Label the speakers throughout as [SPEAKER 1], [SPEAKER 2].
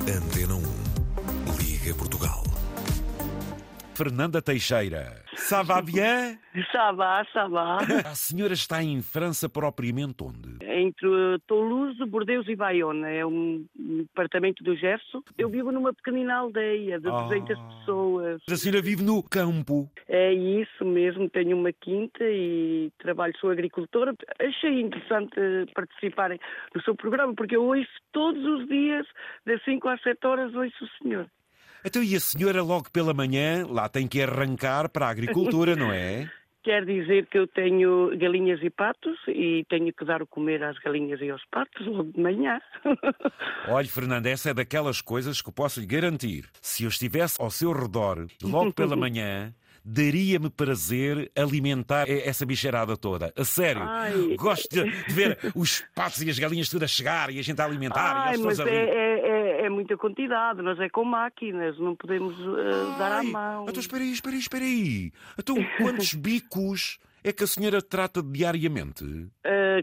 [SPEAKER 1] Antena 1. Liga Portugal.
[SPEAKER 2] Fernanda Teixeira. Ça va bien?
[SPEAKER 3] Ça va, ça va.
[SPEAKER 2] A senhora está em França propriamente onde?
[SPEAKER 3] Entre eh, Toulouse, Bordeus e Bayona. É um um departamento do Gerso. Eu vivo numa pequenina aldeia de
[SPEAKER 2] Ah.
[SPEAKER 3] 200 pessoas.
[SPEAKER 2] A senhora vive no campo.
[SPEAKER 3] É isso mesmo, tenho uma quinta e trabalho, sou agricultora. Achei interessante eh, participar do seu programa, porque eu ouço todos os dias, das 5 às 7 horas, ouço o senhor.
[SPEAKER 2] Então e a senhora logo pela manhã lá tem que arrancar para a agricultura, não é?
[SPEAKER 3] Quer dizer que eu tenho galinhas e patos e tenho que dar o comer às galinhas e aos patos logo de manhã.
[SPEAKER 2] Olhe, Fernanda, essa é daquelas coisas que posso lhe garantir. Se eu estivesse ao seu redor logo pela manhã, daria-me prazer alimentar e- essa bicharada toda. A sério.
[SPEAKER 3] Ai.
[SPEAKER 2] Gosto de, de ver os patos e as galinhas todas chegar e a gente a alimentar e
[SPEAKER 3] Ai,
[SPEAKER 2] as pessoas
[SPEAKER 3] mas
[SPEAKER 2] ali.
[SPEAKER 3] é, é- é- é muita quantidade, mas é com máquinas, não podemos eh, dar à
[SPEAKER 2] Ai,
[SPEAKER 3] mão.
[SPEAKER 2] Então espera aí, espera aí, espera aí. Então quantos bicos é que a senhora trata diariamente?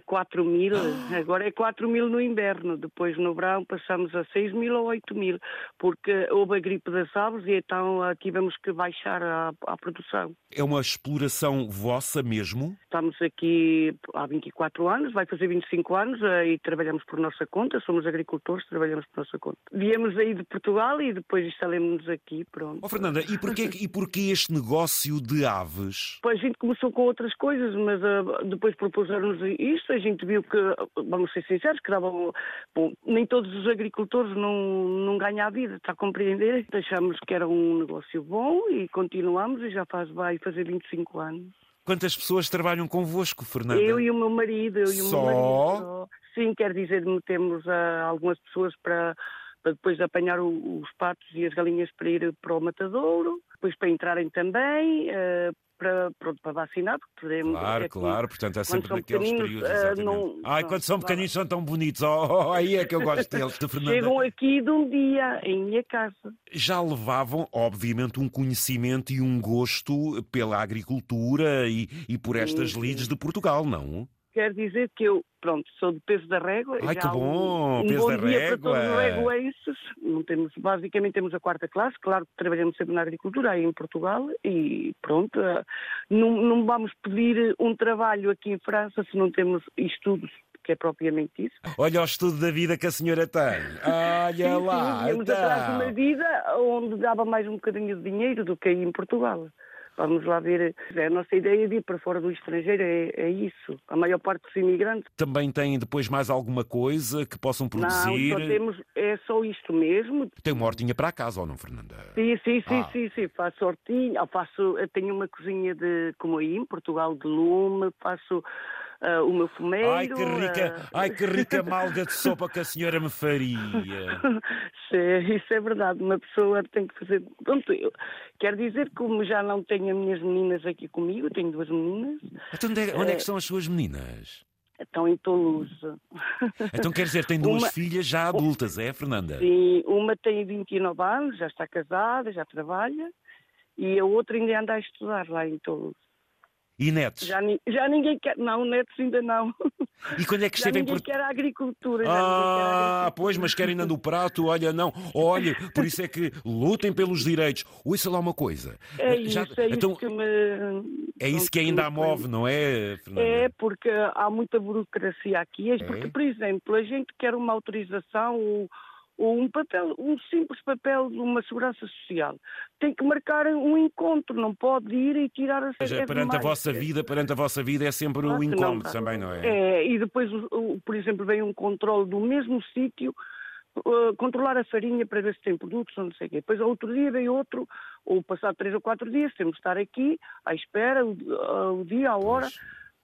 [SPEAKER 3] 4 Eh, mil,
[SPEAKER 2] Ah.
[SPEAKER 3] agora é 4 mil no inverno, depois no verão passamos a 6 mil ou 8 mil, porque houve a gripe das aves e então ah, tivemos que baixar a, a produção.
[SPEAKER 2] É uma exploração vossa mesmo?
[SPEAKER 3] Estamos aqui há 24 anos, vai fazer 25 anos eh, e trabalhamos por nossa conta, somos agricultores, trabalhamos por nossa conta. Viemos aí de Portugal e depois instalemos-nos aqui, pronto.
[SPEAKER 2] Ó Oh, Fernanda, e porquê, é e porquê este negócio de aves?
[SPEAKER 3] Depois a gente começou com outras coisas, mas ah, depois propuseram-nos isto, a gente viu que, vamos ser sinceros, que dava, bom, nem todos os agricultores não, não ganham a vida, está a compreender? Achamos que era um negócio bom e continuamos e já faz, vai fazer 25 anos.
[SPEAKER 2] Quantas pessoas trabalham convosco, Fernanda?
[SPEAKER 3] Eu e o meu marido, eu e o
[SPEAKER 2] Só?
[SPEAKER 3] meu marido. só. Sim, quer dizer, metemos ah, algumas pessoas para, para depois apanhar o- os patos e as galinhas para ir para o matadouro, depois para entrarem também, ah, para, pronto, para vacinar, porque podemos.
[SPEAKER 2] Claro,
[SPEAKER 3] é que-
[SPEAKER 2] claro, portanto é sempre
[SPEAKER 3] são
[SPEAKER 2] naqueles
[SPEAKER 3] pequeninos,
[SPEAKER 2] períodos.
[SPEAKER 3] eh,
[SPEAKER 2] exatamente.
[SPEAKER 3] não-
[SPEAKER 2] Ai,
[SPEAKER 3] não,
[SPEAKER 2] quando são
[SPEAKER 3] vá.
[SPEAKER 2] pequeninos são tão bonitos. Oh, oh, oh, aí é que eu gosto deles, de Fernanda.
[SPEAKER 3] Chegam aqui de um dia em minha casa.
[SPEAKER 2] já levavam, obviamente, um conhecimento e um gosto pela agricultura e, e por estas
[SPEAKER 3] Sim,
[SPEAKER 2] lides de Portugal, não?
[SPEAKER 3] Quer dizer que eu, pronto, sou de peso da régua.
[SPEAKER 2] Ai,
[SPEAKER 3] já
[SPEAKER 2] que
[SPEAKER 3] há um-
[SPEAKER 2] bom,
[SPEAKER 3] Um
[SPEAKER 2] peso
[SPEAKER 3] bom
[SPEAKER 2] da
[SPEAKER 3] dia para todos os
[SPEAKER 2] régua.
[SPEAKER 3] regoenses. Não temos, basicamente temos a quarta classe, claro que trabalhamos sempre na agricultura aí em Portugal e pronto, eh, não, não vamos pedir um trabalho aqui em França se não temos estudos, que é propriamente isso.
[SPEAKER 2] Olha o estudo da vida que a senhora tem.
[SPEAKER 3] Sim,
[SPEAKER 2] Olha
[SPEAKER 3] sim,
[SPEAKER 2] lá.
[SPEAKER 3] viemos atrás de uma
[SPEAKER 2] Então.
[SPEAKER 3] vida onde dava mais um bocadinho de dinheiro do que aí em Portugal. Vamos lá ver. eh, A nossa ideia de ir para fora do estrangeiro é, é isso. A maior parte dos imigrantes.
[SPEAKER 2] Também têm depois mais alguma coisa que possam produzir?
[SPEAKER 3] Não, só temos. É só isto mesmo.
[SPEAKER 2] Tem uma hortinha para a casa, ou não, Fernanda?
[SPEAKER 3] Sim, sim, sim,
[SPEAKER 2] Ah.
[SPEAKER 3] sim, sim. Faço hortinha. ah, faço, eu tenho uma cozinha de, como aí em Portugal, de lume. Faço ah, o meu fumeiro.
[SPEAKER 2] Ai, que rica,
[SPEAKER 3] ah.
[SPEAKER 2] ai, que rica malga de sopa que a senhora me faria.
[SPEAKER 3] Isso é, isso é verdade, uma pessoa tem que fazer. Pronto, eu quero dizer, como já não tenho as minhas meninas aqui comigo, tenho duas meninas,
[SPEAKER 2] Então, onde é, onde é que são as suas meninas?
[SPEAKER 3] estão em Toulouse.
[SPEAKER 2] Então quer dizer, tem duas
[SPEAKER 3] Uma-
[SPEAKER 2] filhas já adultas, é, Fernanda?
[SPEAKER 3] Sim, uma tem 29 anos, já está casada, já trabalha, e a outra ainda anda a estudar lá em Toulouse.
[SPEAKER 2] E netos?
[SPEAKER 3] Já, ni- já ninguém quer. Não, netos ainda não.
[SPEAKER 2] E quando é que
[SPEAKER 3] Já
[SPEAKER 2] esteve em
[SPEAKER 3] ninguém
[SPEAKER 2] Portugal?
[SPEAKER 3] quer a agricultura. já ninguém quer a
[SPEAKER 2] Ah,
[SPEAKER 3] agricultura.
[SPEAKER 2] pois, mas querem ainda no prato, olha, não, olha, por isso é que lutem pelos direitos. Ouça lá uma coisa.
[SPEAKER 3] É isso,
[SPEAKER 2] Já-
[SPEAKER 3] é isso
[SPEAKER 2] então,
[SPEAKER 3] que me.
[SPEAKER 2] é isso que
[SPEAKER 3] pronto,
[SPEAKER 2] ainda
[SPEAKER 3] me
[SPEAKER 2] a move, não é, É. Fernanda?
[SPEAKER 3] É, porque há muita burocracia aqui. é Porque, por exemplo, a gente quer uma autorização ou, ou um papel, um simples papel de uma segurança social. Tem que marcar um encontro, não pode ir e tirar a
[SPEAKER 2] Ou seja,
[SPEAKER 3] é
[SPEAKER 2] perante a
[SPEAKER 3] demais.
[SPEAKER 2] vossa vida, perante a vossa vida é sempre
[SPEAKER 3] Claro
[SPEAKER 2] um
[SPEAKER 3] que não,
[SPEAKER 2] incómodo
[SPEAKER 3] pá.
[SPEAKER 2] também, não é?
[SPEAKER 3] É, e depois, o- o- por exemplo, vem um controle do mesmo sítio, uh, controlar a farinha para ver se tem produtos ou não sei o quê. Depois, ao outro dia, vem outro, ou passado três ou quatro dias, temos de estar aqui à espera, o, o dia, a hora,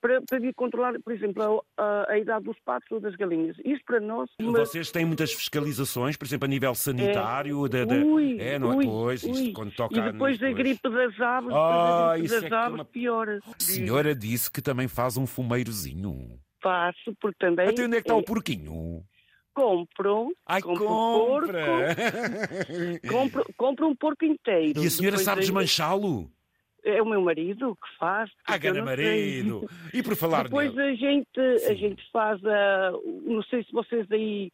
[SPEAKER 3] para, para vir controlar, por exemplo, a, a- a idade dos patos ou das galinhas. Isso para nós. uma- É.
[SPEAKER 2] Vocês têm muitas fiscalizações, por exemplo, a nível sanitário, da, da-
[SPEAKER 3] Ui,
[SPEAKER 2] é, não
[SPEAKER 3] ui,
[SPEAKER 2] é? Pois,
[SPEAKER 3] ui.
[SPEAKER 2] isto quando toca
[SPEAKER 3] E depois
[SPEAKER 2] nisto,
[SPEAKER 3] da
[SPEAKER 2] pois.
[SPEAKER 3] gripe das aves,
[SPEAKER 2] Ah,
[SPEAKER 3] depois
[SPEAKER 2] isso
[SPEAKER 3] da
[SPEAKER 2] é
[SPEAKER 3] gripe
[SPEAKER 2] que
[SPEAKER 3] das
[SPEAKER 2] uma-
[SPEAKER 3] aves, piora.
[SPEAKER 2] A senhora disse que também faz um fumeirozinho.
[SPEAKER 3] Faço, porque também.
[SPEAKER 2] Até onde é que está
[SPEAKER 3] eh,
[SPEAKER 2] o porquinho?
[SPEAKER 3] Compro.
[SPEAKER 2] Ai,
[SPEAKER 3] compro porco.
[SPEAKER 2] compra!
[SPEAKER 3] Compro, compro um porco inteiro.
[SPEAKER 2] E a senhora
[SPEAKER 3] Depois
[SPEAKER 2] sabe
[SPEAKER 3] aí-
[SPEAKER 2] desmanchá-lo?
[SPEAKER 3] É o meu marido que faz.
[SPEAKER 2] Ah,
[SPEAKER 3] porque eu
[SPEAKER 2] gana
[SPEAKER 3] não sei.
[SPEAKER 2] marido! E por falar
[SPEAKER 3] Depois
[SPEAKER 2] nele,
[SPEAKER 3] a gente, ah, a
[SPEAKER 2] Sim.
[SPEAKER 3] gente faz a. Não sei se vocês aí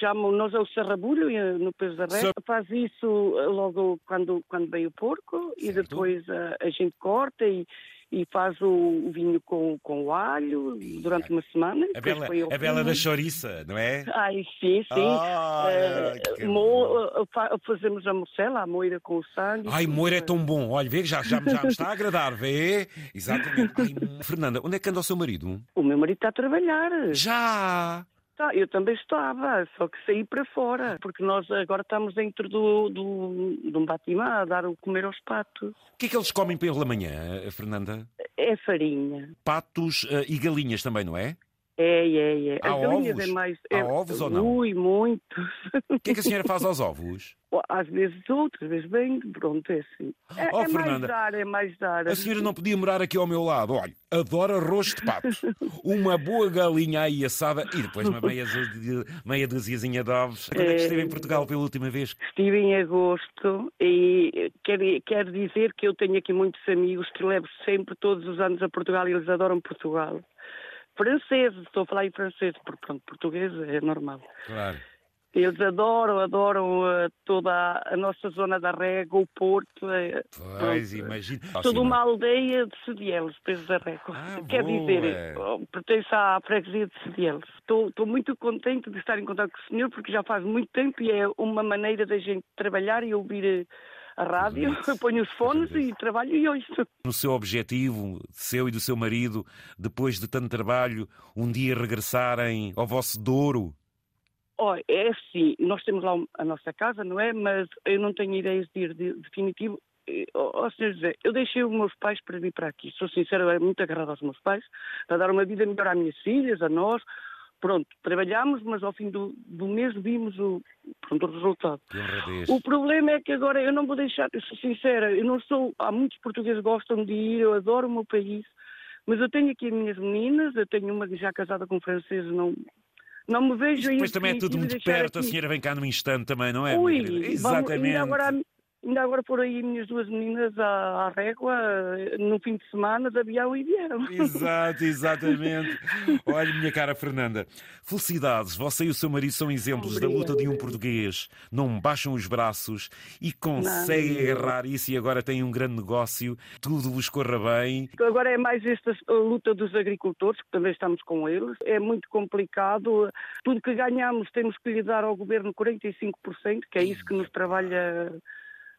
[SPEAKER 3] chamam nós ao sarrabulho e, eh, no peso da reta.
[SPEAKER 2] Sa-
[SPEAKER 3] Faz isso eh, logo quando, quando vem o porco e
[SPEAKER 2] Certo.
[SPEAKER 3] depois ah, a, a gente corta e, e faz o, o vinho com, com o alho
[SPEAKER 2] E
[SPEAKER 3] durante
[SPEAKER 2] a-
[SPEAKER 3] uma semana.
[SPEAKER 2] A
[SPEAKER 3] depois
[SPEAKER 2] bela,
[SPEAKER 3] põe ao
[SPEAKER 2] a bela
[SPEAKER 3] fundo.
[SPEAKER 2] da chouriça, não é?
[SPEAKER 3] Ai, sim, sim.
[SPEAKER 2] Ah,
[SPEAKER 3] Eh,
[SPEAKER 2] que
[SPEAKER 3] mo-
[SPEAKER 2] bom.
[SPEAKER 3] eh, fa- fazemos a morcela, a moira com o sangue.
[SPEAKER 2] Ai, moer é tão bom. Olha, vê que já, já, me- já me está a agradar, vê? Exatamente. Ai, Fernanda, onde é que anda o seu marido?
[SPEAKER 3] O meu marido está a trabalhar.
[SPEAKER 2] Já!
[SPEAKER 3] Tá, eu também estava, só que saí para fora, porque nós agora estamos dentro do, do, de um batimá a dar o comer aos patos.
[SPEAKER 2] O que é que eles comem pela manhã, eh, Fernanda?
[SPEAKER 3] É farinha.
[SPEAKER 2] Patos eh, e galinhas também, não é?
[SPEAKER 3] É, é, é.
[SPEAKER 2] Há
[SPEAKER 3] As galinhas
[SPEAKER 2] ovos?
[SPEAKER 3] é mais.
[SPEAKER 2] Há
[SPEAKER 3] é-
[SPEAKER 2] ovos ou não?
[SPEAKER 3] Ui, muitos.
[SPEAKER 2] O que é que a senhora faz aos ovos?
[SPEAKER 3] Às vezes outras, às vezes bem, pronto, é assim. É,
[SPEAKER 2] Oh,
[SPEAKER 3] é mais
[SPEAKER 2] Fernanda,
[SPEAKER 3] dar, é mais dar.
[SPEAKER 2] A senhora não podia morar aqui ao meu lado. Olha, adoro arroz de pato. Uma boa galinha aí assada e depois uma meia, de- meia duziazinha de ovos. Quando é que esteve em Portugal pela última vez?
[SPEAKER 3] Estive em agosto e quero, quero dizer que eu tenho aqui muitos amigos que levo sempre todos os anos a Portugal e eles adoram Portugal. Franceses, estou a falar em francês, porque pronto, português é normal.
[SPEAKER 2] Claro.
[SPEAKER 3] Eles adoram, adoram eh, toda a- a nossa zona da Régua, o Porto, eh,
[SPEAKER 2] Pois, imagino.
[SPEAKER 3] toda uma aldeia de Sedielos, Peso da Régua.
[SPEAKER 2] Ah,
[SPEAKER 3] Quer
[SPEAKER 2] boa.
[SPEAKER 3] dizer, oh, pertence à freguesia de Sedielos. Estou, estou muito contente de estar em contato com o senhor, porque já faz muito tempo e é uma maneira da gente trabalhar e ouvir eh, a rádio.
[SPEAKER 2] Bonito.
[SPEAKER 3] Eu ponho os fones e trabalho e ouço.
[SPEAKER 2] No seu objetivo, seu e do seu marido, depois de tanto trabalho, um dia regressarem ao vosso Douro.
[SPEAKER 3] Olha, é assim, nós temos lá um- a nossa casa, não é? Mas eu não tenho ideias de ir de, definitivo. Eh, Ó ó, Sr. José, eu deixei os meus pais para vir para aqui. Sou sincera, eu era muito agarrada aos meus pais, para dar uma vida melhor às minhas filhas, a nós. Pronto, trabalhámos, mas ao fim do, do mês vimos o, pronto, o resultado.
[SPEAKER 2] Que honradez.
[SPEAKER 3] O problema é que agora eu não vou deixar, eu sou sincera, eu não sou. Há muitos portugueses que gostam de ir, eu adoro o meu país, mas eu tenho aqui as minhas meninas, eu tenho uma que já casada com um francês, não, não me vejo
[SPEAKER 2] Isto
[SPEAKER 3] aí.
[SPEAKER 2] depois também é tudo
[SPEAKER 3] definitivo
[SPEAKER 2] muito
[SPEAKER 3] deixar
[SPEAKER 2] perto, a
[SPEAKER 3] aqui.
[SPEAKER 2] senhora vem cá num instante também, não é? minha
[SPEAKER 3] Ui,
[SPEAKER 2] querida?
[SPEAKER 3] vamos-
[SPEAKER 2] Exatamente.
[SPEAKER 3] ainda, agora, ainda agora foram aí minhas duas meninas à, à régua, eh, no fim de semana, de avião e vieram.
[SPEAKER 2] Exato, exatamente. Olha, minha cara Fernanda, felicidades. Você e o seu marido são exemplos da luta de um português. Não baixam os braços e conseguem agarrar isso e agora têm um grande negócio. Tudo vos corra bem.
[SPEAKER 3] Agora é mais esta eh, luta dos agricultores, que também estamos com eles. É muito complicado. Tudo que ganhamos temos que lhe dar ao governo 45%, que é isso que nos trabalha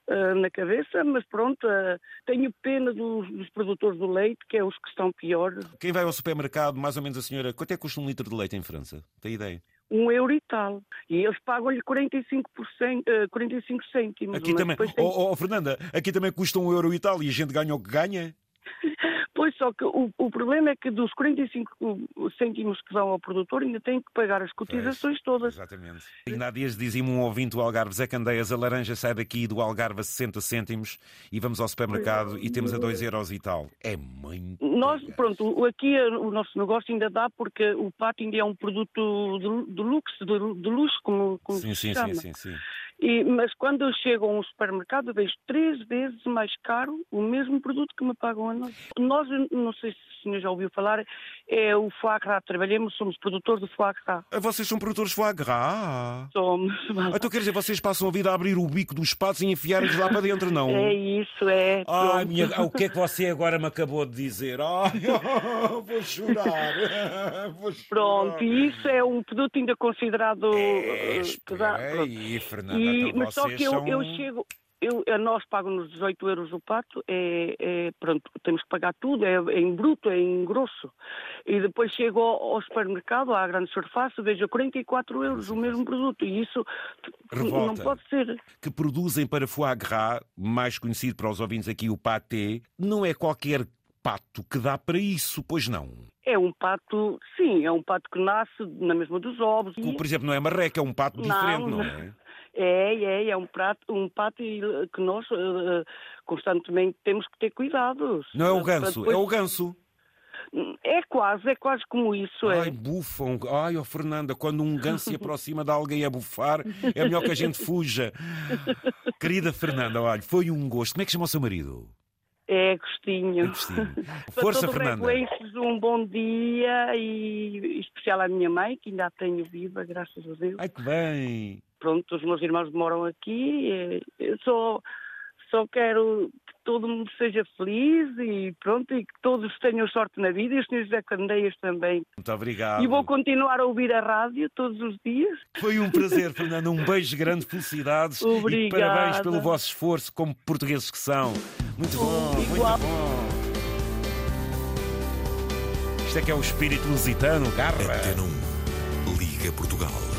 [SPEAKER 3] eh, na cabeça, mas pronto, eh, tenho pena dos, dos produtores do leite, que é os que estão piores.
[SPEAKER 2] Quem vai ao supermercado, mais ou menos a senhora, quanto é que custa um litro de leite em França? Tem ideia?
[SPEAKER 3] Um euro e tal. E eles pagam-lhe 45%, eh, 45 cêntimos.
[SPEAKER 2] Aqui
[SPEAKER 3] mas
[SPEAKER 2] também.
[SPEAKER 3] depois tem que-
[SPEAKER 2] Oh, oh, Fernanda, aqui também custa um euro e tal e a gente ganha o que ganha.
[SPEAKER 3] Pois só que o, o problema é que dos 45 cêntimos que vão ao produtor ainda tem que pagar as cotizações todas.
[SPEAKER 2] Exatamente. Ainda há dias dizia-me um ouvinte do Algarve, Zé Candeias, a laranja sai daqui do Algarve a 60 cêntimos e vamos ao supermercado e temos a 2 euros e tal. É muito.
[SPEAKER 3] Nós,
[SPEAKER 2] caro.
[SPEAKER 3] pronto, o- aqui eh, o nosso negócio ainda dá porque o pato ainda é um produto de, lu- de luxo, de, lu- de luxo, como, como
[SPEAKER 2] Sim,
[SPEAKER 3] se
[SPEAKER 2] sim,
[SPEAKER 3] chama.
[SPEAKER 2] sim, sim, sim.
[SPEAKER 3] E- mas quando eu chego a um supermercado, eu vejo três vezes mais caro o mesmo produto que me pagam a nós. Nós, eu não sei se o senhor já ouviu falar, é o foie gras. Trabalhamos, somos produtores de foie gras.
[SPEAKER 2] Ah, Vocês são produtores de foie gras.
[SPEAKER 3] Somos.
[SPEAKER 2] Ah, Então quer dizer, vocês passam a vida a abrir o bico dos patos e enfiar-lhes lá para dentro, não?
[SPEAKER 3] É isso, é.
[SPEAKER 2] um- Ai,
[SPEAKER 3] pronto.
[SPEAKER 2] minha... ah, o que é que você agora me acabou de dizer? Ai, oh, vou chorar. Vou chorar.
[SPEAKER 3] Pronto, e isso é um produto ainda considerado.
[SPEAKER 2] É,
[SPEAKER 3] eh,
[SPEAKER 2] espera
[SPEAKER 3] pesa- pronto.
[SPEAKER 2] aí, Fernanda,
[SPEAKER 3] E-
[SPEAKER 2] então
[SPEAKER 3] mas só
[SPEAKER 2] vocês
[SPEAKER 3] que eu,
[SPEAKER 2] são...
[SPEAKER 3] eu chego. Eu, a nós pagam-nos 18 euros o pato, é, é- pronto, temos que pagar tudo, é, é em bruto, é em grosso. E depois chego ao, ao supermercado, à grande surface, vejo 44 euros o mesmo produto. E isso
[SPEAKER 2] Revolta.
[SPEAKER 3] não pode ser.
[SPEAKER 2] que produzem para foie gras, mais conhecido para os ouvintes aqui o pâté, não é qualquer pato que dá para isso, pois não.
[SPEAKER 3] É um pato, sim, é um pato que nasce na mesma dos ovos.
[SPEAKER 2] Como, por exemplo, não é marreca, é um pato
[SPEAKER 3] Não,
[SPEAKER 2] diferente, não,
[SPEAKER 3] não.
[SPEAKER 2] é?
[SPEAKER 3] É, é, é um, prato, um pato eh, que nós eh, eh, constantemente temos que ter cuidados.
[SPEAKER 2] Não é o
[SPEAKER 3] Para
[SPEAKER 2] ganso, é
[SPEAKER 3] depois-
[SPEAKER 2] o ganso.
[SPEAKER 3] É quase, é quase como isso.
[SPEAKER 2] Ai,
[SPEAKER 3] É.
[SPEAKER 2] bufam. Ai, ó Fernanda, quando um ganso se aproxima de alguém a bufar, é melhor que a gente fuja. Querida Fernanda, olha, foi um gosto. Como é que chama o seu marido?
[SPEAKER 3] É Agostinho.
[SPEAKER 2] Agostinho.
[SPEAKER 3] Para
[SPEAKER 2] Força,
[SPEAKER 3] todo o
[SPEAKER 2] Fernanda.
[SPEAKER 3] Revoenses, um bom dia e especial à minha mãe, que ainda a tenho viva, graças a Deus.
[SPEAKER 2] Ai, que bem.
[SPEAKER 3] Pronto, os meus irmãos moram aqui. eh, Eu só, só quero que todo mundo seja feliz e pronto, e que todos tenham sorte na vida e o Sr. José Candeias também.
[SPEAKER 2] Muito obrigado.
[SPEAKER 3] E vou continuar a ouvir a rádio todos os dias.
[SPEAKER 2] Foi um prazer, Fernando. Um beijo grande, felicidades e
[SPEAKER 3] Obrigada.
[SPEAKER 2] parabéns pelo vosso esforço como portugueses que são. Muito bom, muito
[SPEAKER 3] Igual.
[SPEAKER 2] bom. Isto é que é o espírito lusitano, garra.
[SPEAKER 1] Antena 1. Liga Portugal.